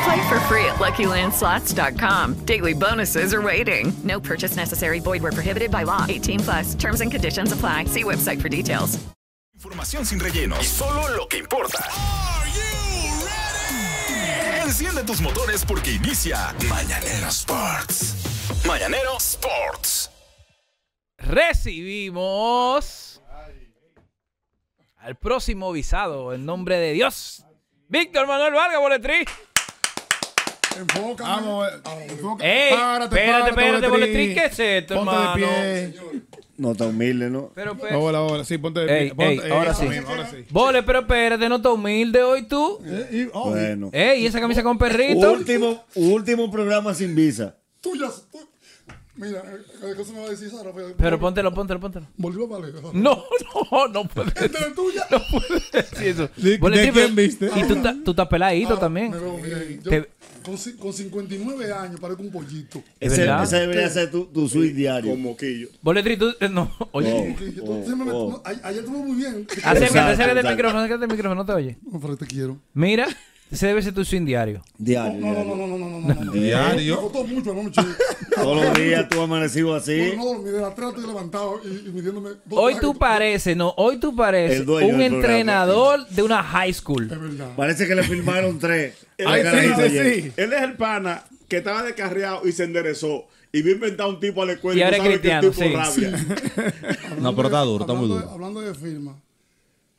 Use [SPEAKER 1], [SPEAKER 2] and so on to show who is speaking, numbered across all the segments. [SPEAKER 1] Play for free at LuckyLandSlots.com. Daily bonuses are waiting. No purchase necessary. Void where prohibited by law. 18 plus. Terms and conditions apply. See website for details.
[SPEAKER 2] Información sin rellenos. Solo lo que importa. Enciende tus motores porque inicia Mañanero Sports. Mañanero Sports.
[SPEAKER 3] recibimos al próximo visado, en nombre de Dios, Víctor Manuel Vargas Boletri.
[SPEAKER 4] Enfoca, Vamos, eh, enfoca.
[SPEAKER 3] ¡Ey!
[SPEAKER 4] Párate,
[SPEAKER 3] Espérate,
[SPEAKER 4] párate,
[SPEAKER 3] espérate, Boletri,
[SPEAKER 4] boletrín.
[SPEAKER 3] ¿qué es esto,
[SPEAKER 4] Ponte
[SPEAKER 3] este, hermano?
[SPEAKER 4] de pie.
[SPEAKER 5] No está humilde, ¿no?
[SPEAKER 3] Pero, pe-
[SPEAKER 4] Hola, hola. Sí, ponte de pie.
[SPEAKER 3] Ey,
[SPEAKER 4] Ponte-
[SPEAKER 3] ey,
[SPEAKER 4] eh,
[SPEAKER 3] ahora
[SPEAKER 4] eso
[SPEAKER 3] sí.
[SPEAKER 4] mismo, ahora sí.
[SPEAKER 3] Bole, pero espérate, no te humilde hoy tú.
[SPEAKER 4] Eh, y- oh, y-
[SPEAKER 5] Bueno.
[SPEAKER 3] Ey, ¿y esa camisa con perrito.
[SPEAKER 5] Último, último programa sin visa.
[SPEAKER 4] tú ya- tú- Mira, eh, ¿qué cosa me va a decir Sara? Pero,
[SPEAKER 3] Pero póntelo, póntelo, póntelo.
[SPEAKER 4] Volvió a valer. Sara.
[SPEAKER 3] No, no, no puedes
[SPEAKER 4] Esta es tuya.
[SPEAKER 3] decir eso.
[SPEAKER 4] ¿De-
[SPEAKER 3] Boletri,
[SPEAKER 4] de
[SPEAKER 3] pero-
[SPEAKER 4] quién viste?
[SPEAKER 3] Y tú, ta- tú estás peladito
[SPEAKER 4] Ahora,
[SPEAKER 3] también. Eh,
[SPEAKER 4] me veo bien. Yo,
[SPEAKER 3] Te-
[SPEAKER 4] con, ci- con 59 años parezco un pollito.
[SPEAKER 3] Es
[SPEAKER 5] Ese,
[SPEAKER 3] verdad.
[SPEAKER 5] ese debería ser tu, tu suite diario. Como que yo.
[SPEAKER 3] Boletri, tú. eh, No, oye.
[SPEAKER 4] Que yo- tú siempre me- tú- a- Ayer estuvo muy bien.
[SPEAKER 5] Oh,
[SPEAKER 3] Acércate,
[SPEAKER 5] Exacto,
[SPEAKER 3] acércate el
[SPEAKER 5] exacto.
[SPEAKER 3] micrófono, acércate el micrófono, no te oye.
[SPEAKER 4] No, pero te quiero.
[SPEAKER 3] Mira, ese debe ser tu swing diario.
[SPEAKER 5] Diario.
[SPEAKER 4] No, no, no, no, no, no, no, no, no. Me
[SPEAKER 5] Diario.
[SPEAKER 4] costó mucho anoche.
[SPEAKER 5] Todos los días tú amanecido así.
[SPEAKER 4] Bueno, no dormí, de las tres estoy levantado y, y midiéndome. dos
[SPEAKER 3] Hoy
[SPEAKER 4] trajes.
[SPEAKER 3] tú pareces, no, hoy tú pareces
[SPEAKER 5] El dueño
[SPEAKER 3] un
[SPEAKER 5] del programa.
[SPEAKER 3] entrenador de una high
[SPEAKER 4] Es
[SPEAKER 3] school.
[SPEAKER 4] verdad.
[SPEAKER 5] Parece que le firmaron tres.
[SPEAKER 6] Ay,
[SPEAKER 5] Al carajito
[SPEAKER 6] sí, sí,
[SPEAKER 5] ayer.
[SPEAKER 6] sí. Él es el pana que estaba descarriado y se enderezó. Y vio inventar un tipo a la escuela
[SPEAKER 3] Y ahora
[SPEAKER 6] no
[SPEAKER 3] es
[SPEAKER 6] sabe qué
[SPEAKER 3] cristiano,
[SPEAKER 6] tipo
[SPEAKER 3] sí.
[SPEAKER 6] rabia.
[SPEAKER 4] Hablando
[SPEAKER 6] pero
[SPEAKER 4] de-
[SPEAKER 6] está duro, está muy
[SPEAKER 4] hablando de-
[SPEAKER 6] duro.
[SPEAKER 4] hablando de firma,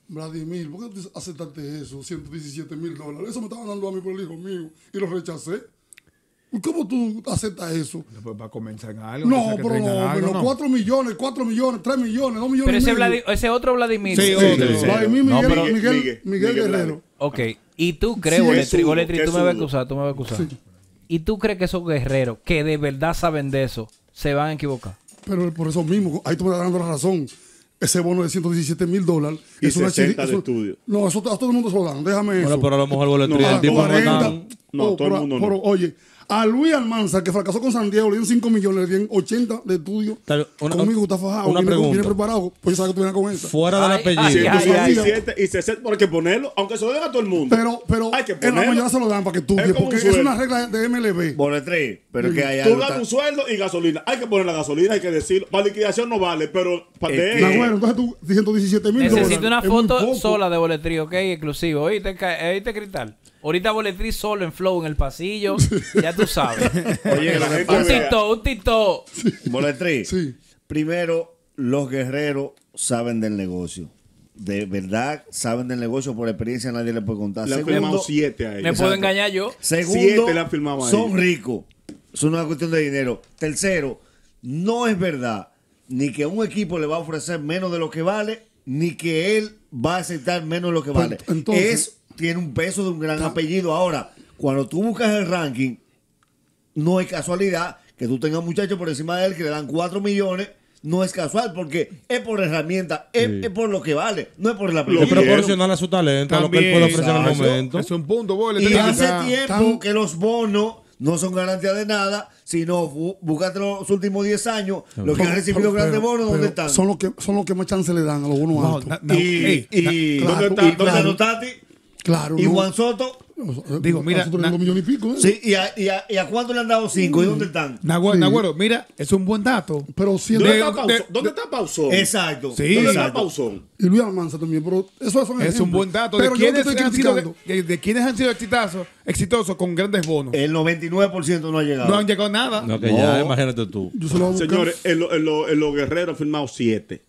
[SPEAKER 4] Vladimir, ¿por qué tú aceptaste eso? 117 mil dólares. Eso me estaban dando a mí por el hijo mío y lo rechacé. ¿Cómo tú aceptas eso?
[SPEAKER 6] Pues para comenzar en algo.
[SPEAKER 4] No, pero no, pero 4 millones, 4 millones, 3 millones, 2 millones.
[SPEAKER 3] Pero ese,
[SPEAKER 4] y medio.
[SPEAKER 3] Vladi- ese otro Vladimir.
[SPEAKER 6] Sí,
[SPEAKER 4] Sí,
[SPEAKER 6] otro.
[SPEAKER 4] sí. Vladimir
[SPEAKER 3] No,
[SPEAKER 4] Miguel,
[SPEAKER 3] pero-
[SPEAKER 4] Miguel, Miguel,
[SPEAKER 6] Miguel- Miguel
[SPEAKER 4] Guerrero.
[SPEAKER 3] Ok, y tú crees,
[SPEAKER 4] Sí,
[SPEAKER 3] Boletri,
[SPEAKER 6] qué
[SPEAKER 3] Boletri,
[SPEAKER 6] sudo,
[SPEAKER 3] tú
[SPEAKER 6] qué
[SPEAKER 3] me vas a
[SPEAKER 6] sudo.
[SPEAKER 3] acusar, tú me vas a acusar.
[SPEAKER 4] Sí.
[SPEAKER 3] Y tú crees que esos guerreros que de verdad saben de eso se van a equivocar.
[SPEAKER 4] Pero por eso mismo, ahí tú me estás dando la razón. Ese bono de 117 mil dólares
[SPEAKER 6] Y
[SPEAKER 4] es una
[SPEAKER 6] 60
[SPEAKER 4] chiri-
[SPEAKER 6] de
[SPEAKER 4] eso-
[SPEAKER 6] estudio.
[SPEAKER 4] No, eso a todo el mundo se lo dan. Déjame eso.
[SPEAKER 6] a lo mejor
[SPEAKER 4] No,
[SPEAKER 6] boletín
[SPEAKER 4] a 40.
[SPEAKER 6] No,
[SPEAKER 4] Oh,
[SPEAKER 6] todo el
[SPEAKER 4] pero-
[SPEAKER 6] mundo no.
[SPEAKER 4] pero, Oye, a Luis Almanza, que fracasó con San Diego, le dieron 5 millones, le dieron 80 de estudio.
[SPEAKER 6] Tal- una-
[SPEAKER 4] Conmigo está fajado.
[SPEAKER 6] una
[SPEAKER 4] viene,
[SPEAKER 6] pregunta.
[SPEAKER 4] viene preparado. Pues yo sabía que tú vienes con esa.
[SPEAKER 6] Fuera
[SPEAKER 3] del Ay, apellido. ay, ay,
[SPEAKER 4] ay.
[SPEAKER 6] 117 y 60, porque ponerlo, aunque se lo den a todo el mundo.
[SPEAKER 4] pero pero
[SPEAKER 6] hay que
[SPEAKER 4] en la
[SPEAKER 6] ponerlo.
[SPEAKER 4] mañana se lo dan para que estudie,
[SPEAKER 6] Es como
[SPEAKER 4] porque
[SPEAKER 6] un
[SPEAKER 4] es una
[SPEAKER 6] sueldo.
[SPEAKER 4] regla de MLB.
[SPEAKER 5] Boletri, pero que hay
[SPEAKER 6] Tú
[SPEAKER 5] algo.
[SPEAKER 6] ganas
[SPEAKER 5] tan-
[SPEAKER 6] un sueldo y gasolina. Hay que poner la gasolina, hay que decirlo. Para liquidación no vale, pero para
[SPEAKER 5] Es
[SPEAKER 6] de
[SPEAKER 5] que-
[SPEAKER 4] Nah, bueno, entonces tú 117 mil dólares.
[SPEAKER 3] Necesito una
[SPEAKER 4] es muy
[SPEAKER 3] foto
[SPEAKER 4] poco.
[SPEAKER 3] sola de Boletri, ok, exclusivo. Oíste, ca- oíste Cristal. Ahorita Boletri solo en flow en el pasillo, ya tú sabes.
[SPEAKER 5] Oye, lo que
[SPEAKER 3] un
[SPEAKER 5] pasa-
[SPEAKER 3] tito, un tito.
[SPEAKER 5] Boletri,
[SPEAKER 4] Sí.
[SPEAKER 5] primero, los guerreros saben del negocio. De verdad, saben del negocio. Por experiencia, nadie le puede contar.
[SPEAKER 6] Le han
[SPEAKER 5] Segundo,
[SPEAKER 6] firmado 7 a
[SPEAKER 3] Me
[SPEAKER 6] ellos.
[SPEAKER 3] puedo engañar yo.
[SPEAKER 5] Segundo,
[SPEAKER 6] Siete le han firmado a
[SPEAKER 5] son
[SPEAKER 6] ellos.
[SPEAKER 5] ricos. Es una cuestión de dinero. Tercero, no es verdad ni que un equipo le va a ofrecer menos de lo que vale, ni que él va a aceptar menos de lo que
[SPEAKER 4] Pues,
[SPEAKER 5] vale.
[SPEAKER 4] entonces-
[SPEAKER 5] es, tiene un peso de un gran apellido. Ahora, cuando tú buscas el ranking, no es casualidad que tú tengas muchachos por encima de él que le dan 4 millones. No es casual porque es por herramienta, es, es por lo que vale, no es por la
[SPEAKER 6] Lo que es.
[SPEAKER 7] a su talento,
[SPEAKER 6] También.
[SPEAKER 5] Exacto.
[SPEAKER 7] Es un punto,
[SPEAKER 5] Y hace
[SPEAKER 4] tan-
[SPEAKER 5] tiempo
[SPEAKER 4] tan-
[SPEAKER 5] que los bonos no son garantía de nada, sino bu- búscate los últimos 10 años, los que han recibido
[SPEAKER 4] Pero-
[SPEAKER 5] grandes
[SPEAKER 4] pero-
[SPEAKER 5] bonos, ¿dónde
[SPEAKER 4] pero
[SPEAKER 5] están?
[SPEAKER 4] Son los que, son los que más chance le dan a los bonos altos.
[SPEAKER 5] y, y,
[SPEAKER 4] claro,
[SPEAKER 5] ¿Dónde
[SPEAKER 4] y
[SPEAKER 5] está? ¿Dónde
[SPEAKER 4] claro.
[SPEAKER 5] está Tati?
[SPEAKER 4] Claro.
[SPEAKER 5] ¿Y
[SPEAKER 4] no.
[SPEAKER 5] Juan Soto?
[SPEAKER 4] Digo, mira. Nosotros millones y pico, ¿eh?
[SPEAKER 5] Sí, ¿y a, y, a, ¿Y a cuánto le han dado 5? ¿Y dónde están?
[SPEAKER 4] Sí.
[SPEAKER 7] mira, es un buen dato.
[SPEAKER 4] Pero siendo.
[SPEAKER 6] ¿Dónde está Pausón? ¿Dónde está Pausón?
[SPEAKER 5] Exacto.
[SPEAKER 7] Sí.
[SPEAKER 6] ¿Dónde está
[SPEAKER 5] exacto.
[SPEAKER 6] Pausón?
[SPEAKER 4] Y Luis Almanza también, pero eso son
[SPEAKER 7] Es
[SPEAKER 4] ejemplos.
[SPEAKER 7] un buen dato.
[SPEAKER 4] Pero
[SPEAKER 7] ¿De,
[SPEAKER 4] yo no te
[SPEAKER 7] quiénes
[SPEAKER 4] estoy
[SPEAKER 7] han sido,
[SPEAKER 4] criticando.
[SPEAKER 7] de, de quiénes han sido exitazos, exitosos con grandes bonos?
[SPEAKER 5] El 99% no ha llegado.
[SPEAKER 7] No han llegado a nada.
[SPEAKER 5] ya,
[SPEAKER 7] imagínate tú.
[SPEAKER 4] Yo se lo voy a buscar.
[SPEAKER 6] Señores, en, lo- en lo- en los guerreros han firmado 7.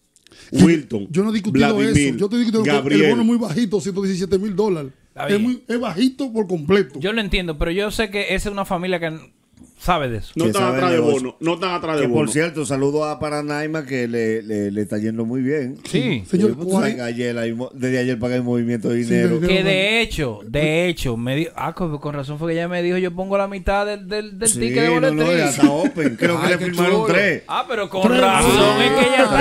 [SPEAKER 6] Wilton.
[SPEAKER 4] Yo no he discutido eso. Yo te digo que el bono es muy bajito, 117 mil dólares.
[SPEAKER 3] Está
[SPEAKER 4] Es,
[SPEAKER 3] bien.
[SPEAKER 4] muy- es bajito por completo.
[SPEAKER 3] Yo lo entiendo, pero yo sé que esa es una familia que n- sabe de eso.
[SPEAKER 5] No Que están sabe atrás de de bono, negocio.
[SPEAKER 6] no están atrás
[SPEAKER 5] Que por cierto, saludo a Paranaima que le, le- le está yendo muy bien.
[SPEAKER 3] Sí.
[SPEAKER 5] Señor,
[SPEAKER 3] Señor,
[SPEAKER 5] ayer, hay mo- desde ayer pagué el movimiento de dinero.
[SPEAKER 3] Que de hecho, de hecho, me di- ah, con con razón fue que ella me dijo, yo pongo la mitad del, del, del
[SPEAKER 5] Sí,
[SPEAKER 3] ticket de
[SPEAKER 5] no,
[SPEAKER 3] boletín.
[SPEAKER 5] no, ya está open. Creo que
[SPEAKER 3] Ay,
[SPEAKER 5] le
[SPEAKER 3] qué
[SPEAKER 5] firmaron
[SPEAKER 3] chulo.
[SPEAKER 5] tres.
[SPEAKER 3] Ah, pero con
[SPEAKER 5] Tres.
[SPEAKER 3] razón
[SPEAKER 5] Sí.
[SPEAKER 3] es que ya está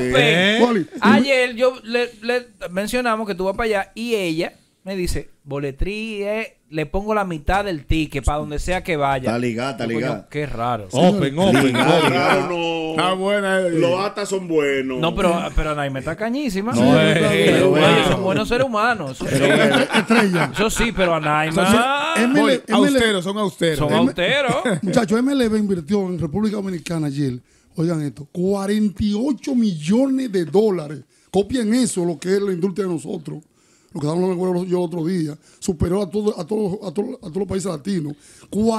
[SPEAKER 5] Tres. Sí.
[SPEAKER 3] open.
[SPEAKER 5] Wally.
[SPEAKER 3] Ayer yo le, le mencionamos que tú vas para allá y ella me dice, boletría, eh, le pongo la mitad del ticket para donde sea que vaya. Está
[SPEAKER 5] ligada,
[SPEAKER 3] está
[SPEAKER 6] ligada.
[SPEAKER 3] Qué raro.
[SPEAKER 6] Open, open, Ligada, open. ligada.
[SPEAKER 3] no.
[SPEAKER 6] Está buena, eh. Los atas son buenos.
[SPEAKER 3] No, pero, pero Naime está cañísima.
[SPEAKER 6] No,
[SPEAKER 3] Pero,
[SPEAKER 6] eh,
[SPEAKER 3] pero,
[SPEAKER 6] bueno.
[SPEAKER 3] oye, son buenos seres humanos. Eso, sí. Eso sí, pero a Naime. ah.
[SPEAKER 4] ML-
[SPEAKER 7] austeros, son austeros.
[SPEAKER 4] Em-
[SPEAKER 3] Son austeros.
[SPEAKER 4] Muchachos, MLB invirtió en República Dominicana ayer, oigan esto, 48 millones de dólares. Copien eso, lo que es la industria de nosotros. Lo que estábamos hablando yo el otro día, superó a todo- a todos a todo- a todos los países latinos.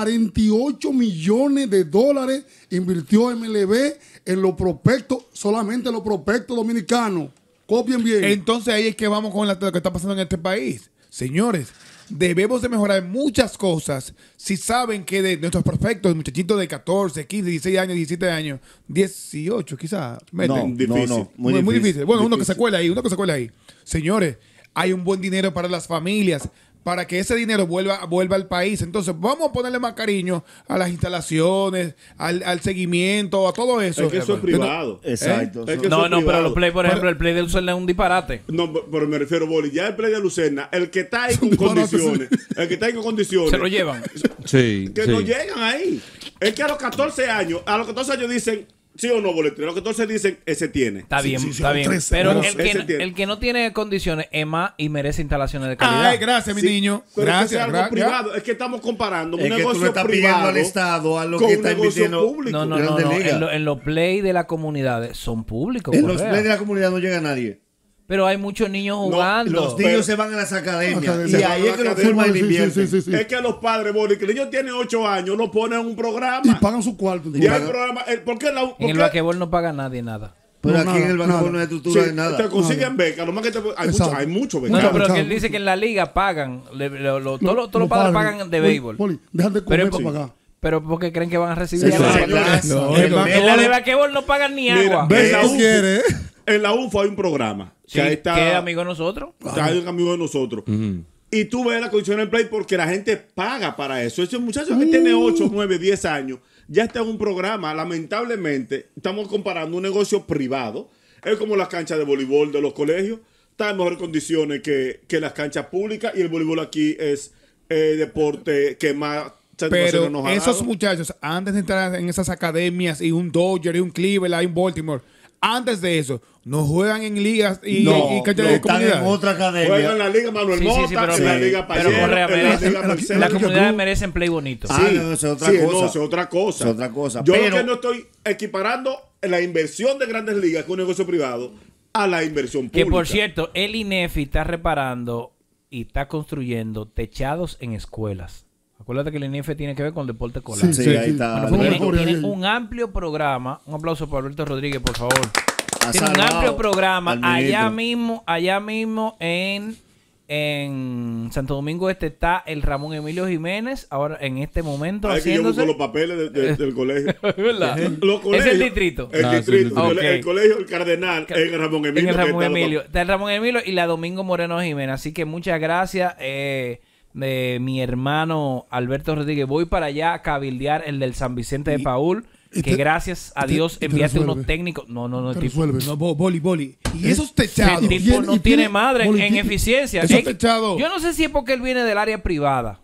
[SPEAKER 4] 48 millones de dólares invirtió MLB en los prospectos, solamente en los prospectos dominicanos. Copien bien.
[SPEAKER 7] Entonces ahí es que vamos con la- lo que está pasando en este país. Señores, debemos de mejorar muchas cosas. Si saben que de nuestros prospectos, muchachitos de 14, 15, 16 años, 17 años, 18 quizás,
[SPEAKER 5] No, no,
[SPEAKER 7] meten.
[SPEAKER 5] Difícil. no,
[SPEAKER 7] Muy,
[SPEAKER 5] muy
[SPEAKER 7] muy
[SPEAKER 5] difícil.
[SPEAKER 7] difícil. Bueno, uno que se
[SPEAKER 5] Difícil.
[SPEAKER 7] cuela ahí, uno que se cuela ahí. Señores, hay un buen dinero para las familias. Para que ese dinero vuelva, vuelva al país. Entonces, vamos a ponerle más cariño a las instalaciones, al, al seguimiento, a todo eso.
[SPEAKER 6] Es que eso es privado.
[SPEAKER 7] ¿Eh?
[SPEAKER 6] Exacto. Es que eso
[SPEAKER 3] No,
[SPEAKER 6] es
[SPEAKER 3] no, pero
[SPEAKER 6] privado.
[SPEAKER 3] los play, por
[SPEAKER 6] Pero-
[SPEAKER 3] ejemplo, el play de Lucerna es un disparate.
[SPEAKER 6] No, pero me refiero, Boli, ya el play de Lucerna, el que está ahí con condiciones, el que está ahí con condiciones.
[SPEAKER 3] Se lo llevan.
[SPEAKER 8] Sí.
[SPEAKER 6] Que no llegan ahí. Es que a los 14 años, a los 14 años dicen, sí o no, boletín. A los 14 dicen, ese tiene.
[SPEAKER 3] Está bien, está bien. pero el, que, el que no tiene condiciones es más y merece instalaciones de calidad.
[SPEAKER 7] Ay, gracias, mi niño.
[SPEAKER 6] Pero es que
[SPEAKER 7] Gracias,
[SPEAKER 6] sea algo
[SPEAKER 7] gracias.
[SPEAKER 6] privado. Es que estamos comparando un
[SPEAKER 7] Es que tú
[SPEAKER 6] negocio
[SPEAKER 7] le estás pidiendo
[SPEAKER 6] privado
[SPEAKER 7] al Estado algo
[SPEAKER 6] con
[SPEAKER 7] que
[SPEAKER 6] un
[SPEAKER 7] está
[SPEAKER 6] negocio
[SPEAKER 7] invirtiendo-
[SPEAKER 6] público.
[SPEAKER 3] No, no, no.
[SPEAKER 5] Grande
[SPEAKER 3] no.
[SPEAKER 5] Liga.
[SPEAKER 3] En lo- en los play de las comunidades son públicos.
[SPEAKER 5] En los
[SPEAKER 3] Correa.
[SPEAKER 5] play de la comunidad no llega nadie.
[SPEAKER 3] Pero hay muchos niños jugando.
[SPEAKER 5] los niños se van a las academias. Y ahí es que lo firman y invierten.
[SPEAKER 6] Es que los padres, Boli, que el niño tiene 8 años, lo ponen en un programa. Y
[SPEAKER 4] pagan su cuarto.
[SPEAKER 6] Y el programa, el- ¿por qué la,
[SPEAKER 3] En
[SPEAKER 6] por
[SPEAKER 3] el
[SPEAKER 6] qué-
[SPEAKER 3] vaquebol no paga nadie nada.
[SPEAKER 5] Pero aquí en el banco no hay estructura
[SPEAKER 6] Sí,
[SPEAKER 5] de nada.
[SPEAKER 6] Te consiguen becas, lo más que te hay mucho, hay mucho
[SPEAKER 3] No,
[SPEAKER 6] becado.
[SPEAKER 3] pero que él dice que en la liga pagan. le- lo- lo- todos los todos los padres pagan de béisbol.
[SPEAKER 4] Déjate
[SPEAKER 3] Pero
[SPEAKER 4] comer
[SPEAKER 3] es
[SPEAKER 4] para
[SPEAKER 3] por-
[SPEAKER 4] pagar.
[SPEAKER 3] Pero porque creen que van a recibir.
[SPEAKER 4] Sí,
[SPEAKER 3] algo.
[SPEAKER 4] sí, claro.
[SPEAKER 3] En
[SPEAKER 4] No,
[SPEAKER 3] la-
[SPEAKER 4] el
[SPEAKER 3] en la de
[SPEAKER 4] vaquebol-
[SPEAKER 3] vaquebol no pagan ni
[SPEAKER 6] Mira,
[SPEAKER 3] agua.
[SPEAKER 6] en la UFU- En la UFO hay un programa.
[SPEAKER 3] Sí,
[SPEAKER 6] ahí
[SPEAKER 3] que es amigo de nosotros.
[SPEAKER 6] Está ahí un amigo de nosotros. Y tú ves la condición del play porque la gente paga para eso. Ese muchacho que tiene 8, 9, 10 años ya está en un programa. Lamentablemente, estamos comparando un negocio privado. Es como las canchas de voleibol de los colegios. Está en mejores condiciones que, que las canchas públicas. Y el voleibol aquí es eh, deporte que más satisfacciones nos
[SPEAKER 7] Pero
[SPEAKER 6] ha
[SPEAKER 7] esos
[SPEAKER 6] dado.
[SPEAKER 7] muchachos, antes de entrar en esas academias y un Dodger y un Cleveland y un Baltimore, antes de eso, no juegan en ligas y,
[SPEAKER 6] No,
[SPEAKER 7] y canchas
[SPEAKER 6] no,
[SPEAKER 7] de
[SPEAKER 6] están
[SPEAKER 7] comunidad.
[SPEAKER 6] en otra academia. Juegan en la Liga Manuel
[SPEAKER 3] Sí, sí, sí,
[SPEAKER 6] Mota,
[SPEAKER 3] pero,
[SPEAKER 6] en la Liga
[SPEAKER 3] pero
[SPEAKER 6] Payero,
[SPEAKER 3] Correa
[SPEAKER 6] en la
[SPEAKER 3] merece.
[SPEAKER 6] Liga
[SPEAKER 3] Las
[SPEAKER 6] Marcelo.
[SPEAKER 3] comunidades merecen play bonito.
[SPEAKER 6] Sí, sí, no, eso es otra cosa.
[SPEAKER 5] Es otra cosa,
[SPEAKER 6] Yo
[SPEAKER 5] pero-
[SPEAKER 6] lo que no estoy equiparando la inversión de grandes ligas con un negocio privado a la inversión pública.
[SPEAKER 3] Que por cierto, el INEFI está reparando y está construyendo techados en escuelas. Acuérdate que el INEFI tiene que ver con deporte escolar.
[SPEAKER 5] Sí, sí, Sí, ahí sí. está.
[SPEAKER 3] Bueno, pues
[SPEAKER 5] Por
[SPEAKER 3] tiene-
[SPEAKER 5] favor,
[SPEAKER 3] tiene
[SPEAKER 5] ahí.
[SPEAKER 3] un amplio programa. Un aplauso para Alberto Rodríguez, por favor.
[SPEAKER 5] Ha
[SPEAKER 3] Tiene un
[SPEAKER 5] salvado
[SPEAKER 3] amplio programa
[SPEAKER 5] al ministro.
[SPEAKER 3] allá mismo, allá mismo en en Santo Domingo Este está el Ramón Emilio Jiménez ahora en este momento
[SPEAKER 6] Ay, que yo busco
[SPEAKER 3] haciéndose
[SPEAKER 6] los papeles de- de- del colegio.
[SPEAKER 3] ¿Verdad?
[SPEAKER 6] Los
[SPEAKER 3] Es
[SPEAKER 6] colegios-
[SPEAKER 3] el distrito.
[SPEAKER 6] El
[SPEAKER 3] Ah, sí,
[SPEAKER 6] distrito.
[SPEAKER 3] sí, sí.
[SPEAKER 6] El, el
[SPEAKER 3] Ok.
[SPEAKER 6] colegio, el cardenal, el Ramón Emilio.
[SPEAKER 3] En
[SPEAKER 6] que
[SPEAKER 3] el Ramón
[SPEAKER 6] está los
[SPEAKER 3] Emilio. Está el Ramón Emilio y la Domingo Moreno Jiménez. Así que muchas gracias, eh, de mi hermano Alberto Rodríguez. Voy para allá a cabildear el del San Vicente de Paul. que gracias a
[SPEAKER 7] y te-
[SPEAKER 3] Dios
[SPEAKER 7] y te
[SPEAKER 3] enviaste
[SPEAKER 7] resuelve.
[SPEAKER 3] unos técnicos. No, no, no. el tipo-
[SPEAKER 7] No, bo- boli, boli. Y esos techados.
[SPEAKER 3] Ese tipo no tiene madre en-
[SPEAKER 7] Boli,
[SPEAKER 3] en
[SPEAKER 7] tiene-
[SPEAKER 3] eficiencia.
[SPEAKER 7] Esos
[SPEAKER 3] Es que-
[SPEAKER 7] techados. Ah,
[SPEAKER 3] Yo no sé si es porque él viene del área privada.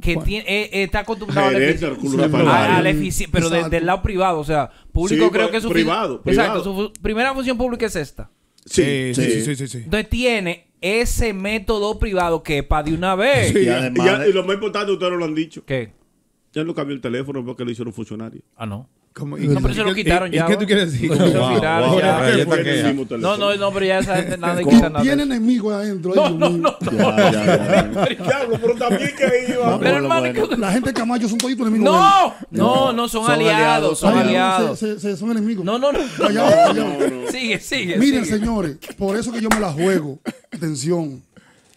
[SPEAKER 3] que
[SPEAKER 7] bueno.
[SPEAKER 3] tiene- eh, eh, está acostumbrado a la
[SPEAKER 6] Gerente,
[SPEAKER 3] efici-
[SPEAKER 6] Arturo
[SPEAKER 3] a-
[SPEAKER 6] Rafael.
[SPEAKER 3] a la efici- pero de-
[SPEAKER 6] Exacto.
[SPEAKER 3] del lado privado, o sea, público
[SPEAKER 6] Sí,
[SPEAKER 3] creo
[SPEAKER 6] pues,
[SPEAKER 3] que es su
[SPEAKER 6] privado,
[SPEAKER 3] Exacto,
[SPEAKER 6] privado.
[SPEAKER 3] su fu- primera función pública es esta.
[SPEAKER 4] Eh,
[SPEAKER 7] sí,
[SPEAKER 6] Sí,
[SPEAKER 7] sí,
[SPEAKER 6] sí.
[SPEAKER 7] sí, sí, sí.
[SPEAKER 3] Entonces tiene ese método privado que para de una vez.
[SPEAKER 6] Sí, y, ya- y lo más importante, ustedes no lo han dicho.
[SPEAKER 3] ¿Qué?
[SPEAKER 6] Ya lo cambió el teléfono porque lo hicieron funcionario.
[SPEAKER 3] Ah, no.
[SPEAKER 6] ¿Y
[SPEAKER 3] No, pero se lo quitaron ya.
[SPEAKER 6] ¿Qué
[SPEAKER 3] va.
[SPEAKER 6] tú quieres decir?
[SPEAKER 3] Se lo quitaron ya. No, no, no, pero ya esa gente nadie quita nada.
[SPEAKER 4] Tiene enemigos adentro. No, no, no.
[SPEAKER 6] Diablo, pero también que iba.
[SPEAKER 4] Pero hermano, la gente de Camacho son toditos enemigos. de
[SPEAKER 3] No,
[SPEAKER 4] él.
[SPEAKER 3] no, no, son, aliados, son
[SPEAKER 4] Ay, no,
[SPEAKER 3] aliados.
[SPEAKER 4] se- se- se- son enemigos.
[SPEAKER 3] No, no, no.
[SPEAKER 4] Allá, allá.
[SPEAKER 3] Sigue, sigue.
[SPEAKER 4] Miren,
[SPEAKER 3] sigue.
[SPEAKER 4] señores, por eso que yo me la juego. Atención.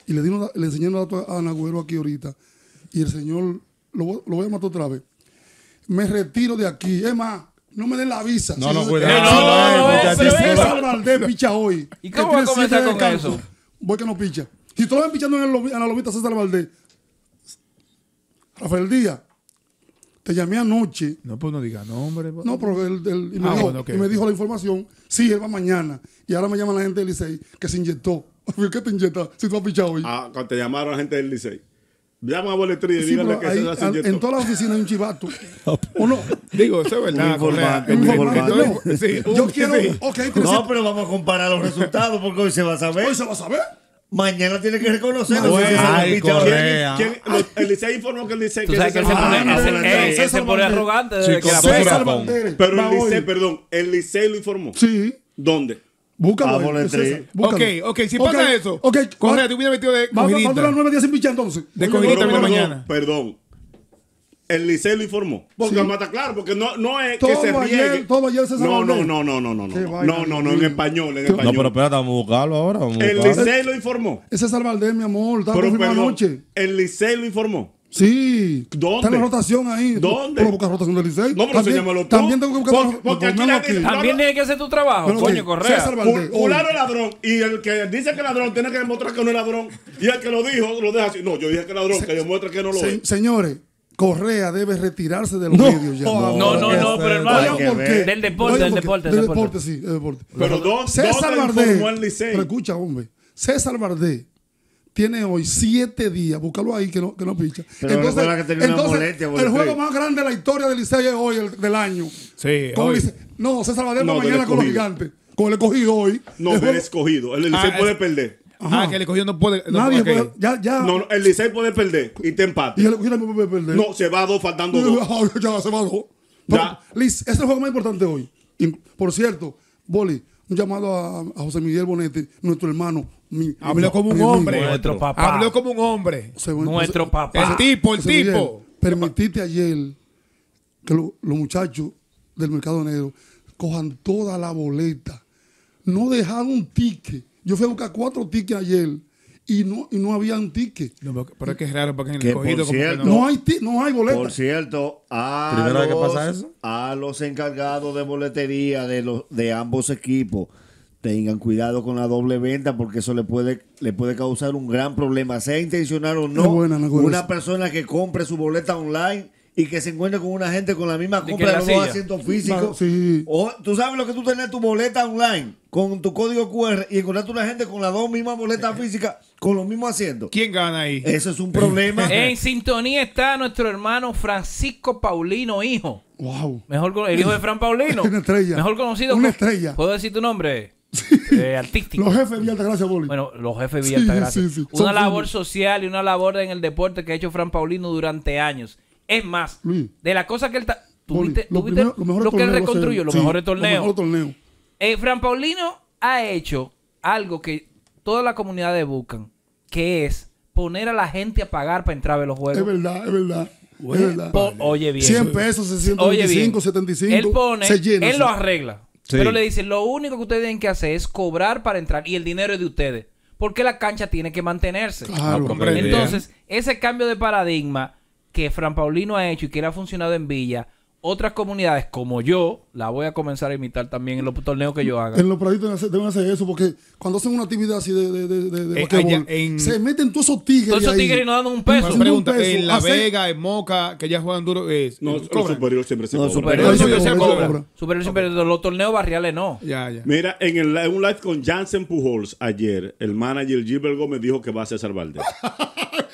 [SPEAKER 4] Y le, di una- le enseñé un dato a Anagüero aquí ahorita. Y el señor, lo, voy- lo voy a matar otra vez. Me retiro de aquí. Es más, no me den la visa.
[SPEAKER 8] No, no,
[SPEAKER 4] se-
[SPEAKER 8] cuidado.
[SPEAKER 4] Eh,
[SPEAKER 8] No, no,
[SPEAKER 4] Si
[SPEAKER 8] pero
[SPEAKER 4] César
[SPEAKER 8] es-
[SPEAKER 4] Valdés picha hoy.
[SPEAKER 8] ¿Y
[SPEAKER 4] que
[SPEAKER 8] cómo
[SPEAKER 4] tiene
[SPEAKER 8] va a comenzar
[SPEAKER 4] siete
[SPEAKER 8] con
[SPEAKER 4] descansos,
[SPEAKER 8] eso?
[SPEAKER 4] Voy que no picha. Si todos ven pichando en, el lobi- en la lobita César Valdés. Rafael Díaz, te llamé anoche.
[SPEAKER 7] No, pues no diga nombre. pues.
[SPEAKER 4] No, pero él, él- y me,
[SPEAKER 7] Ah,
[SPEAKER 4] dijo,
[SPEAKER 7] bueno, ok.
[SPEAKER 4] y me dijo la información. Sí, él va mañana. Y ahora me llama la gente del Licey que se inyectó. ¿Qué te inyecta? Si tú has pichado hoy.
[SPEAKER 6] Ah, cuando te llamaron la gente del Licey. Llama a boletería y
[SPEAKER 4] Sí,
[SPEAKER 6] dígale
[SPEAKER 4] pero
[SPEAKER 6] que
[SPEAKER 4] ahí,
[SPEAKER 6] se hace
[SPEAKER 4] al- en
[SPEAKER 6] inyectó.
[SPEAKER 4] toda la oficina hay un chivato.
[SPEAKER 7] Digo, eso es
[SPEAKER 5] Un
[SPEAKER 7] verdad.
[SPEAKER 5] informante,
[SPEAKER 7] Correa.
[SPEAKER 5] un
[SPEAKER 7] Un
[SPEAKER 5] informante.
[SPEAKER 7] informante. Sí, un-
[SPEAKER 5] Yo
[SPEAKER 7] quiero- ok, pero
[SPEAKER 5] no,
[SPEAKER 7] si-
[SPEAKER 5] pero vamos a comparar los resultados porque hoy se va a saber. Hoy
[SPEAKER 4] se va a saber.
[SPEAKER 5] Mañana tiene que reconocer.
[SPEAKER 6] Bueno,
[SPEAKER 5] Ay,
[SPEAKER 6] ¿Quién- quién- lo- El Licey informó que el Licey.
[SPEAKER 5] Tú sabes que él
[SPEAKER 7] Ah,
[SPEAKER 5] se pone- ese- ey, él se pone arrogante desde que la pega. César Valdés.
[SPEAKER 6] Pero
[SPEAKER 5] Va
[SPEAKER 6] el Licey,
[SPEAKER 5] hoy.
[SPEAKER 6] Eh, perdón, el Licey lo informó.
[SPEAKER 4] Sí.
[SPEAKER 6] ¿Dónde?
[SPEAKER 4] Búscalo.
[SPEAKER 6] Ah, boletería.
[SPEAKER 7] Ok, ok, si pasa eso.
[SPEAKER 4] Ok, ah,
[SPEAKER 7] Correa, tú vienes metido de
[SPEAKER 4] Vamos a durar
[SPEAKER 7] cojidita.
[SPEAKER 4] nueve días sin pichar entonces.
[SPEAKER 7] De
[SPEAKER 6] Pero,
[SPEAKER 7] cojidita viene
[SPEAKER 6] perdón,
[SPEAKER 7] mañana.
[SPEAKER 6] Perdón. El Licey lo informó. Porque
[SPEAKER 4] Sí.
[SPEAKER 6] mata claro, porque no, no es que
[SPEAKER 4] Todo
[SPEAKER 6] se
[SPEAKER 4] ayer-
[SPEAKER 6] riegue.
[SPEAKER 4] todo ayer César
[SPEAKER 6] no, no,
[SPEAKER 4] Valdés.
[SPEAKER 6] no, no, no, no, no.
[SPEAKER 4] Qué
[SPEAKER 6] No,
[SPEAKER 4] vaina,
[SPEAKER 6] no, no, en español, en
[SPEAKER 8] No, pero
[SPEAKER 6] español.
[SPEAKER 8] espérate, vamos a buscarlo ahora. Vamos a
[SPEAKER 6] El
[SPEAKER 8] buscarlo.
[SPEAKER 6] Licey lo informó.
[SPEAKER 4] Ese es Valdés, mi amor. Está
[SPEAKER 6] Pero
[SPEAKER 4] confirmado
[SPEAKER 6] perdón,
[SPEAKER 4] anoche.
[SPEAKER 6] el Licey lo informó.
[SPEAKER 4] Sí.
[SPEAKER 6] ¿Dónde?
[SPEAKER 4] Está en la rotación ahí.
[SPEAKER 6] ¿Dónde?
[SPEAKER 4] Pero busca rotación del
[SPEAKER 6] No,
[SPEAKER 4] Licey.
[SPEAKER 6] pero
[SPEAKER 4] También-
[SPEAKER 6] enséñamelo tú.
[SPEAKER 4] También tengo que buscar
[SPEAKER 6] Porque- porque aquí la-
[SPEAKER 3] También tiene que hacer tu trabajo,
[SPEAKER 6] Pero,
[SPEAKER 3] coño,
[SPEAKER 6] ok,
[SPEAKER 3] Correa.
[SPEAKER 6] César Valdés, Fu- fulano es ladrón. Y el que dice que es ladrón tiene que demostrar que no es ladrón. Y el que lo dijo, lo deja así. No, yo dije que es ladrón, que demuestre que no lo
[SPEAKER 4] Se-
[SPEAKER 6] es.
[SPEAKER 4] señores, Correa debe retirarse de los medios ya.
[SPEAKER 3] No, no, no, no, pero hermano,
[SPEAKER 4] Oigan por qué.
[SPEAKER 3] del deporte,
[SPEAKER 4] Oigan
[SPEAKER 3] del
[SPEAKER 4] por
[SPEAKER 3] deporte,
[SPEAKER 4] qué. Del
[SPEAKER 3] del
[SPEAKER 4] deporte, sí, del deporte.
[SPEAKER 6] Pero dos-
[SPEAKER 4] César
[SPEAKER 6] dos le
[SPEAKER 4] Vardé.
[SPEAKER 6] informó al Licey.
[SPEAKER 4] Pero escucha, hombre. César Vardé tiene hoy siete días. Búscalo ahí que no, que no picha.
[SPEAKER 5] Pero recuerda que tenía una molestia,
[SPEAKER 4] el
[SPEAKER 5] boletín.
[SPEAKER 4] juego más grande de la historia del Licey es hoy, el, del año.
[SPEAKER 7] Sí,
[SPEAKER 4] Con
[SPEAKER 7] hoy.
[SPEAKER 4] Licey- No, César Vardé
[SPEAKER 6] No,
[SPEAKER 4] va
[SPEAKER 6] del
[SPEAKER 4] mañana con los
[SPEAKER 6] escogido.
[SPEAKER 4] gigantes. Con el escogido hoy.
[SPEAKER 6] No,
[SPEAKER 4] El
[SPEAKER 6] pero
[SPEAKER 4] juego-
[SPEAKER 6] es escogido. El Licey
[SPEAKER 4] Ah,
[SPEAKER 6] puede
[SPEAKER 4] es-
[SPEAKER 6] perder.
[SPEAKER 4] Ajá.
[SPEAKER 7] Ah, que el escogido no puede.
[SPEAKER 4] Nadie puede- Ya, ya.
[SPEAKER 6] No, no, el Licey puede perder y te empate.
[SPEAKER 4] Y el escogido no puede perder.
[SPEAKER 6] No, se va a dos faltando dos.
[SPEAKER 4] Ya, ya, se va a dos. Pero, Liz, ese es el juego más importante hoy. Y, por cierto, Boli, un llamado a, a José Miguel Bonete, nuestro hermano. mi-
[SPEAKER 7] Habló
[SPEAKER 4] mi-
[SPEAKER 7] como un
[SPEAKER 4] mi amigo.
[SPEAKER 7] hombre. Habló como un hombre.
[SPEAKER 4] José- José-
[SPEAKER 7] Nuestro papá.
[SPEAKER 4] José-
[SPEAKER 7] El tipo, el
[SPEAKER 4] José Miguel,
[SPEAKER 7] tipo.
[SPEAKER 4] Permitiste ayer que lo- los muchachos del mercado negro cojan toda la boleta. No dejaron un ticket. Yo fui a buscar cuatro tickets ayer y no, y no había un ticket.
[SPEAKER 7] No, pero- pero es que es raro porque en el
[SPEAKER 5] Que por
[SPEAKER 7] escogido como que
[SPEAKER 5] cierto-
[SPEAKER 7] no.
[SPEAKER 4] No hay, ti- no hay boleta.
[SPEAKER 5] Por cierto, a
[SPEAKER 7] Primera
[SPEAKER 5] los,
[SPEAKER 7] vez que pasa eso.
[SPEAKER 5] a los encargados de boletería de los de ambos equipos, tengan cuidado con la doble venta porque eso le puede le puede causar un gran problema, sea intencional o no.
[SPEAKER 4] Es buena, no es buena
[SPEAKER 5] una
[SPEAKER 4] esa.
[SPEAKER 5] persona que compre su boleta online y que se encuentre con una gente con la misma
[SPEAKER 3] que
[SPEAKER 5] compra de
[SPEAKER 3] en la
[SPEAKER 5] los dos
[SPEAKER 3] silla.
[SPEAKER 5] asientos físicos.
[SPEAKER 4] Sí.
[SPEAKER 5] O, tú sabes lo que tú tener tu boleta online con tu código QR y encontrarte una gente con las dos mismas boletas físicas con los mismos asientos.
[SPEAKER 7] ¿Quién gana ahí?
[SPEAKER 5] Eso es un problema.
[SPEAKER 3] En sintonía está nuestro hermano Francisco Paulino, hijo.
[SPEAKER 4] Wow.
[SPEAKER 3] Mejor con- el hijo de Fran Paulino.
[SPEAKER 4] Una estrella.
[SPEAKER 3] Mejor conocido.
[SPEAKER 4] Una
[SPEAKER 3] co-
[SPEAKER 4] estrella.
[SPEAKER 3] ¿Puedo decir tu nombre? Eh, artístico.
[SPEAKER 4] Los jefes de Altagracia, Boli.
[SPEAKER 3] Bueno, los jefes
[SPEAKER 4] Sí,
[SPEAKER 3] de Altagracia.
[SPEAKER 4] sí, sí.
[SPEAKER 3] Una
[SPEAKER 4] Son
[SPEAKER 3] labor
[SPEAKER 4] finos.
[SPEAKER 3] social y una labor en el deporte que ha hecho Fran Paulino durante años. Es más, de la cosa que él... ta- ¿Tú
[SPEAKER 4] Boli,
[SPEAKER 3] viste-
[SPEAKER 4] lo
[SPEAKER 3] tú viste
[SPEAKER 4] primero- los mejores
[SPEAKER 3] lo que él
[SPEAKER 4] torneos va a ser-
[SPEAKER 3] reconstruyó? Los
[SPEAKER 4] sí,
[SPEAKER 3] mejores
[SPEAKER 4] los
[SPEAKER 3] torneos.
[SPEAKER 4] mejores torneos.
[SPEAKER 3] Eh, Fran Paulino ha hecho algo que toda la comunidad de Bucan, que es poner a la gente a pagar para entrar a ver los juegos.
[SPEAKER 4] Es verdad, es verdad.
[SPEAKER 3] Bueno,
[SPEAKER 4] es verdad.
[SPEAKER 3] po- oye bien.
[SPEAKER 4] 100 pesos,
[SPEAKER 3] Oye
[SPEAKER 4] 625,
[SPEAKER 3] bien.
[SPEAKER 4] 75.
[SPEAKER 3] Él pone,
[SPEAKER 4] se llena.
[SPEAKER 3] él
[SPEAKER 4] sí.
[SPEAKER 3] lo arregla.
[SPEAKER 4] Sí.
[SPEAKER 3] Pero le dice, lo único que ustedes tienen que hacer es cobrar para entrar y el dinero es de ustedes. Porque la cancha tiene que mantenerse.
[SPEAKER 4] Claro, comprendí, ¿eh?
[SPEAKER 3] Entonces, ese cambio de paradigma que Fran Paulino ha hecho y que le ha funcionado en Villa, otras comunidades como yo, la voy a comenzar a imitar también en los torneos que yo haga.
[SPEAKER 4] En los praditos deben hacer- deben hacer eso porque cuando hacen una actividad así de, de, de, de, de
[SPEAKER 7] Eh,
[SPEAKER 4] basquetbol,
[SPEAKER 7] allá en-
[SPEAKER 4] se meten todos esos tigres.
[SPEAKER 3] Todos esos
[SPEAKER 4] ahí.
[SPEAKER 3] tigres no dan un
[SPEAKER 4] Haciendo
[SPEAKER 7] Bueno,
[SPEAKER 4] un
[SPEAKER 7] pregunta,
[SPEAKER 4] peso,
[SPEAKER 7] en La
[SPEAKER 4] hacen-
[SPEAKER 7] Vega, en Moca, que ya juegan duro. eh,
[SPEAKER 6] No, los
[SPEAKER 7] cobran.
[SPEAKER 6] superiores siempre se
[SPEAKER 7] No,
[SPEAKER 6] cobran.
[SPEAKER 7] superior Ahí se siempre cobra, se cobra. cobra.
[SPEAKER 3] Superior, superior, los torneos barriales no.
[SPEAKER 7] Ya, ya.
[SPEAKER 6] Mira, en, el, en un live con Jansen Pujols ayer, el manager Gilbert Gómez dijo que va a César Valdés.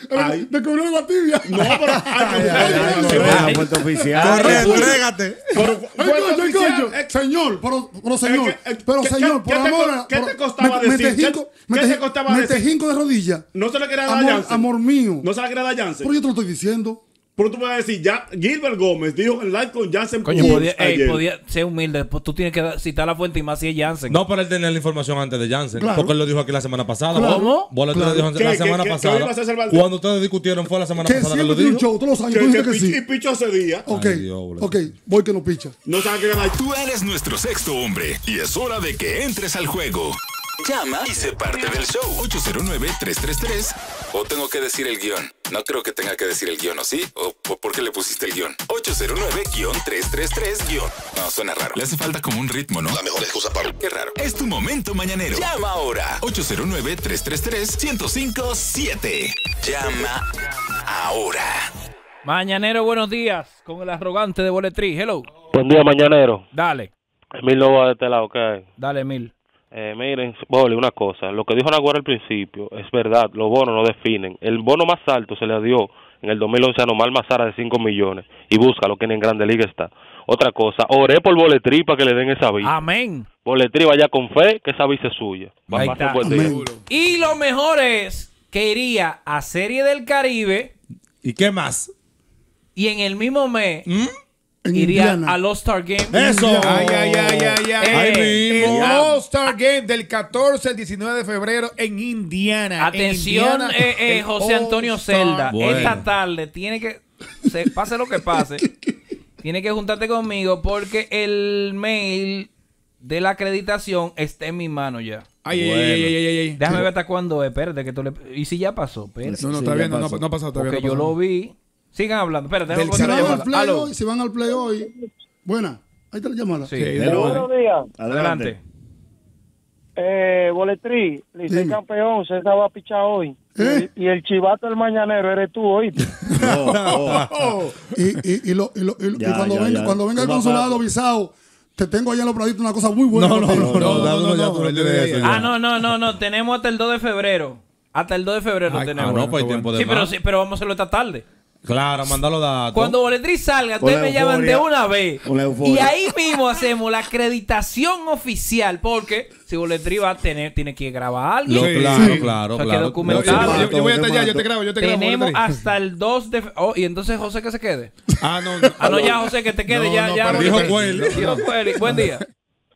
[SPEAKER 4] Ay, Me cobró la tibia.
[SPEAKER 6] No, pero.
[SPEAKER 5] Correa, puerta oficial.
[SPEAKER 4] Correa,
[SPEAKER 6] entrégate. Pero,
[SPEAKER 4] Ay,
[SPEAKER 6] bueno,
[SPEAKER 4] coño, ay,
[SPEAKER 6] oficial,
[SPEAKER 4] coño. Señor, pero, pero
[SPEAKER 6] es
[SPEAKER 4] señor,
[SPEAKER 6] que, eh,
[SPEAKER 4] pero
[SPEAKER 6] ¿qué-
[SPEAKER 4] señor,
[SPEAKER 6] qué-
[SPEAKER 4] por
[SPEAKER 6] qué te
[SPEAKER 4] amor,
[SPEAKER 6] co- qué te
[SPEAKER 4] por-
[SPEAKER 6] costaba
[SPEAKER 4] me- me
[SPEAKER 6] decir? ¿Qué-
[SPEAKER 4] te jinco-
[SPEAKER 6] qué
[SPEAKER 4] me
[SPEAKER 6] te
[SPEAKER 4] te-
[SPEAKER 6] costaba
[SPEAKER 4] me
[SPEAKER 6] decir?
[SPEAKER 4] te jinco de rodilla.
[SPEAKER 6] No se le queda a
[SPEAKER 4] amor,
[SPEAKER 6] Jansen.
[SPEAKER 4] amor mío.
[SPEAKER 6] No se le queda a Jansen.
[SPEAKER 4] Pero yo te lo estoy diciendo.
[SPEAKER 6] Pero tú vas a decir, ya, Gilbert Gómez dijo en live con Jansen
[SPEAKER 3] Coño,
[SPEAKER 6] Puch
[SPEAKER 3] podía, ey,
[SPEAKER 6] ayer.
[SPEAKER 3] podía ser humilde. pues Tú tienes que citar la fuente y más si es Jansen.
[SPEAKER 8] No para él tener la información antes de Janssen,
[SPEAKER 3] Claro.
[SPEAKER 8] porque él lo dijo aquí la semana pasada.
[SPEAKER 3] Claro.
[SPEAKER 8] ¿Cómo? Bola
[SPEAKER 3] Claro.
[SPEAKER 8] lo dijo la
[SPEAKER 3] ¿Qué,
[SPEAKER 8] semana
[SPEAKER 3] qué, qué,
[SPEAKER 8] pasada.
[SPEAKER 6] qué ibas a hacer, Valdés?
[SPEAKER 8] Cuando ustedes discutieron fue la semana
[SPEAKER 4] Que
[SPEAKER 8] pasada que lo
[SPEAKER 4] siempre tiene
[SPEAKER 8] dijo.
[SPEAKER 4] un show, todos los años.
[SPEAKER 6] Que-
[SPEAKER 4] Tú dices
[SPEAKER 6] que
[SPEAKER 4] que sí.
[SPEAKER 6] Y pichó ese día.
[SPEAKER 4] Ok, ok, voy que no picha.
[SPEAKER 6] No sabe qué ganar.
[SPEAKER 2] Tú eres nuestro sexto hombre y es hora de que entres al juego. Llama y sé parte del show. 809-333. O tengo que decir el guión. No creo que tenga que decir el guión, ¿o sí? ¿O po- por qué le pusiste el guión? 809-333. guión. No, suena raro. Le hace falta como un ritmo, ¿no? La mejor excusa para... Qué raro. Es tu momento mañanero. Llama ahora. 809-333-1057. Llama ahora.
[SPEAKER 3] Mañanero, buenos días. Con el arrogante de Boletri. Hello.
[SPEAKER 9] Buen día, mañanero.
[SPEAKER 3] Dale,
[SPEAKER 9] Emil Lobo de este lado, ¿qué hay?
[SPEAKER 3] dale, Emil.
[SPEAKER 9] Eh, miren, Boli, una cosa. Lo que dijo Naguara al principio es verdad. Los bonos no definen. El bono más alto se le dio en el 2011 a Nomar Mazara de 5 millones. Y búscalo, que ni en Grande Liga está. Otra cosa, oré por Boletri para que le den esa visa.
[SPEAKER 3] Amén.
[SPEAKER 9] Boletri vaya con fe, que esa visa es suya. Va,
[SPEAKER 3] Ahí
[SPEAKER 9] pase
[SPEAKER 3] está.
[SPEAKER 9] buen día.
[SPEAKER 3] Y lo mejor es que iría a Serie del Caribe.
[SPEAKER 8] ¿Y qué más?
[SPEAKER 3] Y en el mismo mes iría
[SPEAKER 7] Indiana.
[SPEAKER 3] al All-Star Game.
[SPEAKER 7] Eso. Ay, ay, ay, ay, ay.
[SPEAKER 3] Eh,
[SPEAKER 7] el
[SPEAKER 3] ya.
[SPEAKER 7] All-Star Game del 14 al 19 de febrero en Indiana.
[SPEAKER 3] Atención,
[SPEAKER 7] Indiana,
[SPEAKER 3] eh, eh,
[SPEAKER 7] el
[SPEAKER 3] José Antonio
[SPEAKER 7] All-Star
[SPEAKER 3] Celda.
[SPEAKER 7] Game.
[SPEAKER 3] Esta tarde tiene que. se- pase lo que pase. tiene que juntarte conmigo porque el mail de la acreditación está en mi mano ya.
[SPEAKER 7] Ay, ay, ay, ay, ay, ay, ay.
[SPEAKER 3] Déjame
[SPEAKER 7] Sí.
[SPEAKER 3] ver hasta cuándo es. Espérate, que tú le. ¿Y si ya pasó? Espérate.
[SPEAKER 7] No, no, Sí, todavía ya no, no pasó. ha- no ha pasado, todavía
[SPEAKER 3] Porque
[SPEAKER 7] no ha
[SPEAKER 3] yo
[SPEAKER 7] pasado.
[SPEAKER 3] lo vi. Sigan hablando. Espérate, déjame
[SPEAKER 4] Si
[SPEAKER 3] poner la
[SPEAKER 4] van al
[SPEAKER 3] llamada.
[SPEAKER 4] play
[SPEAKER 3] Aló.
[SPEAKER 4] hoy, si van al play hoy. Buena, ahí está la llamada.
[SPEAKER 3] Sí, Hello. buenos
[SPEAKER 10] días.
[SPEAKER 3] Adelante.
[SPEAKER 10] Eh, Boletri, Licey
[SPEAKER 4] Dime. ¿Eh?
[SPEAKER 10] campeón, César va a pichar hoy. Y, y el chivato del mañanero eres tú hoy.
[SPEAKER 4] Y, y, y, lo- y lo- y lo- y
[SPEAKER 10] Ya,
[SPEAKER 4] cuando
[SPEAKER 10] ya,
[SPEAKER 4] venga,
[SPEAKER 10] ya.
[SPEAKER 4] cuando venga el
[SPEAKER 10] Tú vas
[SPEAKER 4] consulado visado, te tengo allá en los praditos una cosa muy buena. No, no, no, no, no,
[SPEAKER 3] Ah, no, no, no, no. Tenemos hasta el 2 de febrero. Hasta el 2 de febrero
[SPEAKER 8] ah,
[SPEAKER 3] tenemos.
[SPEAKER 8] no, pues hay tiempo de
[SPEAKER 3] sí, pero,
[SPEAKER 8] más.
[SPEAKER 3] sí, pero vamos a hacerlo esta tarde.
[SPEAKER 8] Claro, mandalo datos.
[SPEAKER 3] Cuando Boletri salga,
[SPEAKER 8] Con la
[SPEAKER 3] ustedes me llaman de
[SPEAKER 8] euforia.
[SPEAKER 3] una vez.
[SPEAKER 8] Con la euforia.
[SPEAKER 3] Y ahí mismo hacemos la acreditación oficial. Porque si Boletri va a tener, tiene que grabar algo.
[SPEAKER 8] Lo- Sí, claro, sí. claro,
[SPEAKER 3] O sea,
[SPEAKER 8] claro.
[SPEAKER 3] que documentarlo.
[SPEAKER 8] Yo- yo- yo voy hasta allá, yo te grabo, yo te grabo,
[SPEAKER 3] Tenemos
[SPEAKER 8] Boletri.
[SPEAKER 3] hasta el 2 de. fe- Oh, y entonces José que se quede.
[SPEAKER 8] Ah, no.
[SPEAKER 3] Ah, no, ya, José, que te quede.
[SPEAKER 8] No,
[SPEAKER 3] ya,
[SPEAKER 8] no,
[SPEAKER 3] ya.
[SPEAKER 8] pero dijo
[SPEAKER 3] Boletri.
[SPEAKER 8] Cueli.
[SPEAKER 3] Dijo Cueli. Buen día.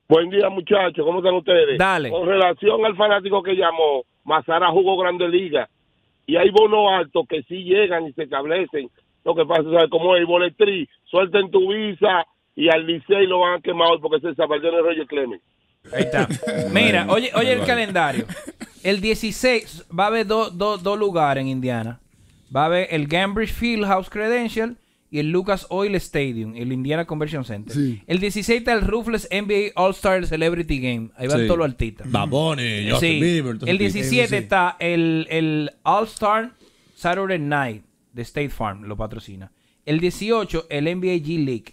[SPEAKER 11] Buen día, muchachos. ¿Cómo están ustedes?
[SPEAKER 3] Dale.
[SPEAKER 11] Con relación al fanático que llamó, Mazara jugó Grande Liga. Y hay bonos altos que sí llegan y se establecen. Lo que pasa es como el boletrí. Suelten tu visa y al Licey lo van a quemar hoy porque se desapareció el Roger Clemens.
[SPEAKER 3] Ahí está. Mira, oye, oye el calendario. El 16 va a haber dos dos- dos lugares en Indiana. Va a haber el Cambridge Fieldhouse Credential y el Lucas Oil Stadium, el Indiana Conversion Center. El 16 está el Ruthless NBA All-Star Celebrity Game. Ahí van
[SPEAKER 8] Sí.
[SPEAKER 3] todos los artistas.
[SPEAKER 8] Baboni, Justin
[SPEAKER 3] Sí.
[SPEAKER 8] Bieber. todo
[SPEAKER 3] el
[SPEAKER 8] ese tipo.
[SPEAKER 3] 17 está el, el All-Star Saturday Night de State Farm, lo patrocina. El 18, el NBA G League.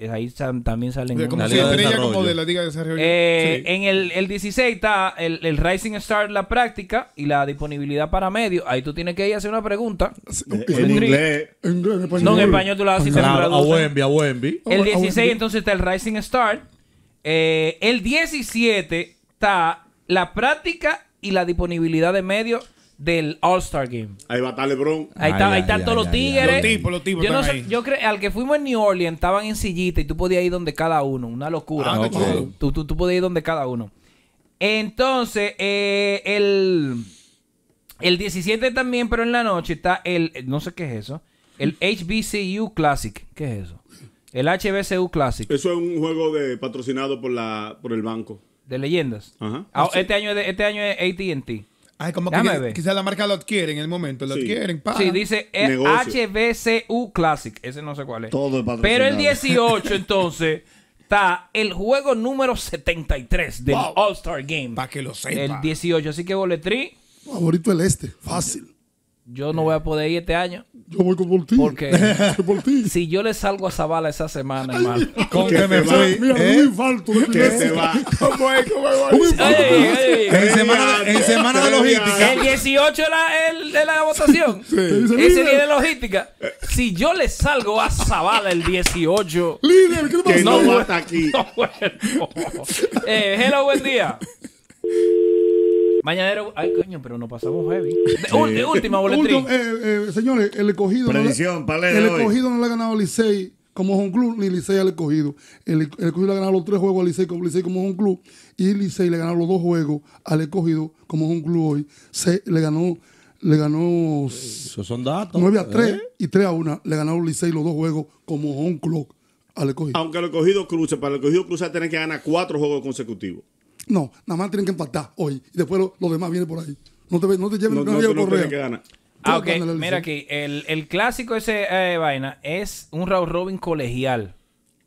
[SPEAKER 3] Eh, Ahí sal- también salen.
[SPEAKER 7] De como
[SPEAKER 3] unos-
[SPEAKER 7] si estrella como de la Liga de Desarrollo.
[SPEAKER 3] eh,
[SPEAKER 7] Sí.
[SPEAKER 3] En el, el 16 está el, el Rising Star, la práctica y la disponibilidad para medios. Ahí tú tienes que ir a hacer una pregunta.
[SPEAKER 4] Ah,
[SPEAKER 8] En inglés.
[SPEAKER 3] No, en español tú la haces y te la
[SPEAKER 8] Claro, a
[SPEAKER 3] traducen.
[SPEAKER 8] Wemby, a Wemby.
[SPEAKER 3] El 16 entonces está el Rising Star. Eh, el 17 está la práctica y la disponibilidad de medios del All Star Game.
[SPEAKER 6] Ahí va a estar LeBron.
[SPEAKER 3] Ahí, está- ahí están todos los tigres.
[SPEAKER 7] Los tipos, los tipos
[SPEAKER 3] Yo no
[SPEAKER 7] están
[SPEAKER 3] sé-
[SPEAKER 7] ahí.
[SPEAKER 3] yo creo al que fuimos en New Orleans estaban en sillita y tú podías ir donde cada uno. Una locura.
[SPEAKER 7] Ah, qué
[SPEAKER 3] Tú-
[SPEAKER 7] chulo.
[SPEAKER 3] tú, tú, tú podías ir donde cada uno. Entonces, eh, el, el 17 también, pero en la noche está el, no sé qué es eso, el HBCU Classic. ¿Qué es eso? El HBCU Classic.
[SPEAKER 6] Eso es un juego de patrocinado por la por el banco.
[SPEAKER 3] De leyendas.
[SPEAKER 6] Ajá.
[SPEAKER 3] Ah, este, año es de- este año es ATT.
[SPEAKER 7] Ay, como
[SPEAKER 3] Déjame
[SPEAKER 7] que
[SPEAKER 3] ver.
[SPEAKER 7] quizás la marca lo adquiere en el momento. Lo adquieren, pa.
[SPEAKER 3] Sí, dice eh, HBCU Classic. Ese no sé cuál es.
[SPEAKER 7] Todo es patrocinado.
[SPEAKER 3] Pero el 18, entonces, está el juego número 73 del
[SPEAKER 4] Wow.
[SPEAKER 3] All-Star Game. Para
[SPEAKER 7] que lo
[SPEAKER 4] sepa.
[SPEAKER 3] El 18. Así que, Boletri,
[SPEAKER 4] Favorito el este, fácil.
[SPEAKER 3] yo no voy a poder ir este año.
[SPEAKER 4] Yo voy con por ti.
[SPEAKER 3] Porque
[SPEAKER 4] Voy por ti.
[SPEAKER 3] si yo le salgo a Zavala esa semana, hermano.
[SPEAKER 4] Con que me fui, Mira, ¿eh? un infarto de Que se va.
[SPEAKER 7] ¿Cómo es? ¿Cómo
[SPEAKER 3] es?
[SPEAKER 8] En semana de- en semana de logística.
[SPEAKER 3] El 18 de la, el- de la votación.
[SPEAKER 8] Dice,
[SPEAKER 3] Ese
[SPEAKER 8] "Líder".
[SPEAKER 3] día de logística. Si yo le salgo a Zavala el 18.
[SPEAKER 4] Líder,
[SPEAKER 6] Que no va
[SPEAKER 3] vuel-
[SPEAKER 6] hasta aquí.
[SPEAKER 3] no vuelvo. Eh, hello, buen día. Mañanero, ay coño, pero nos pasamos heavy. De, ul- de última, boletrín.
[SPEAKER 4] Última, eh, eh, señores, el escogido.
[SPEAKER 12] Predicción,
[SPEAKER 4] no
[SPEAKER 12] palera
[SPEAKER 4] le, el
[SPEAKER 12] hoy.
[SPEAKER 4] escogido no le ha ganado al Licey como home club, ni Licey al escogido. El, el escogido le ha ganado los tres juegos al Licey como, Licey como home club. Y el Licey le ha ganado los dos juegos al escogido como home club hoy. Se, le ganó. Le ganó. Esos
[SPEAKER 13] son datos.
[SPEAKER 4] 9 a 3
[SPEAKER 5] ¿eh?
[SPEAKER 4] y 3 a 1. Le ganaron Licey los dos juegos como home club al escogido.
[SPEAKER 5] Aunque el cogido cruce, para el cogido cruce tienen que ganar cuatro juegos consecutivos.
[SPEAKER 4] No, nada más tienen que empatar hoy. Y después lo, lo demás viene por ahí. No te, no te lleven
[SPEAKER 5] No,
[SPEAKER 4] no,
[SPEAKER 5] no,
[SPEAKER 4] lleven
[SPEAKER 5] no
[SPEAKER 4] correa.
[SPEAKER 5] tienen que ganar.
[SPEAKER 3] Ah, ok. Mira aquí, el, el clásico ese eh, vaina es un round robin colegial.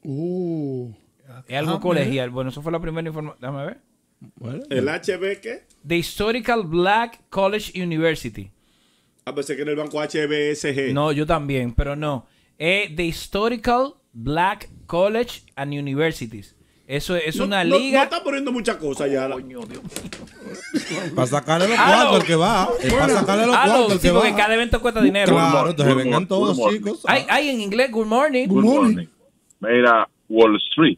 [SPEAKER 4] Uh.
[SPEAKER 3] Es algo
[SPEAKER 5] Ah,
[SPEAKER 3] colegial. Bueno, eso fue la primera información. Déjame ver.
[SPEAKER 5] ¿El HB qué?
[SPEAKER 3] The Historical Black College University.
[SPEAKER 5] A
[SPEAKER 6] Pues
[SPEAKER 5] veces que en el banco HBSG.
[SPEAKER 3] No, yo también, pero no. Eh, the Historical Black College and Universities. Eso es
[SPEAKER 5] No-
[SPEAKER 3] una
[SPEAKER 5] no-
[SPEAKER 3] liga.
[SPEAKER 5] No, está poniendo muchas cosas ya. la-
[SPEAKER 13] Para sacarle los
[SPEAKER 3] Aló.
[SPEAKER 13] cuartos al que va. Es Para
[SPEAKER 3] Bueno,
[SPEAKER 13] sacarle los
[SPEAKER 3] aló,
[SPEAKER 13] cuartos al
[SPEAKER 3] sí,
[SPEAKER 13] que
[SPEAKER 3] porque
[SPEAKER 13] va.
[SPEAKER 3] cada evento cuesta dinero.
[SPEAKER 13] Claro, entonces
[SPEAKER 14] Good
[SPEAKER 13] vengan todos,
[SPEAKER 14] morning.
[SPEAKER 13] chicos.
[SPEAKER 3] Hay, hay en inglés, good morning.
[SPEAKER 14] Good morning. Mira, Wall Street.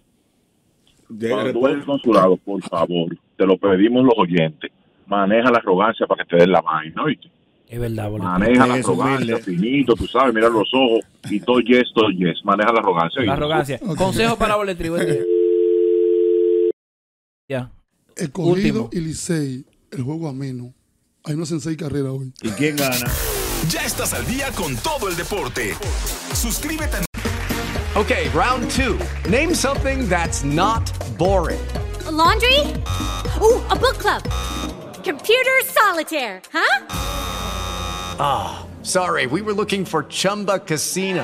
[SPEAKER 14] Cuando tú eres el consulado, por favor, te lo pedimos los oyentes. Maneja la arrogancia para que te den la vaina, ¿oíste?
[SPEAKER 3] Es verdad, boludo.
[SPEAKER 14] Maneja la arrogancia, finito, tú sabes, mira los ojos y todo yes, todo yes. Maneja la arrogancia.
[SPEAKER 3] La
[SPEAKER 14] ¿oíste?
[SPEAKER 3] arrogancia. Consejo para boletri. buen día. Ya.
[SPEAKER 4] Escogido
[SPEAKER 3] Último.
[SPEAKER 4] y Licey, el juego ameno. Ahí no hacen seis carreras hoy.
[SPEAKER 12] ¿Y quién gana?
[SPEAKER 2] Ya estás al día con todo el deporte. Suscríbete a
[SPEAKER 9] Okay, round two. Name something that's not boring.
[SPEAKER 6] A laundry? Ooh, a book club. Computer solitaire, huh?
[SPEAKER 9] Ah, sorry, we were looking for Chumba Casino.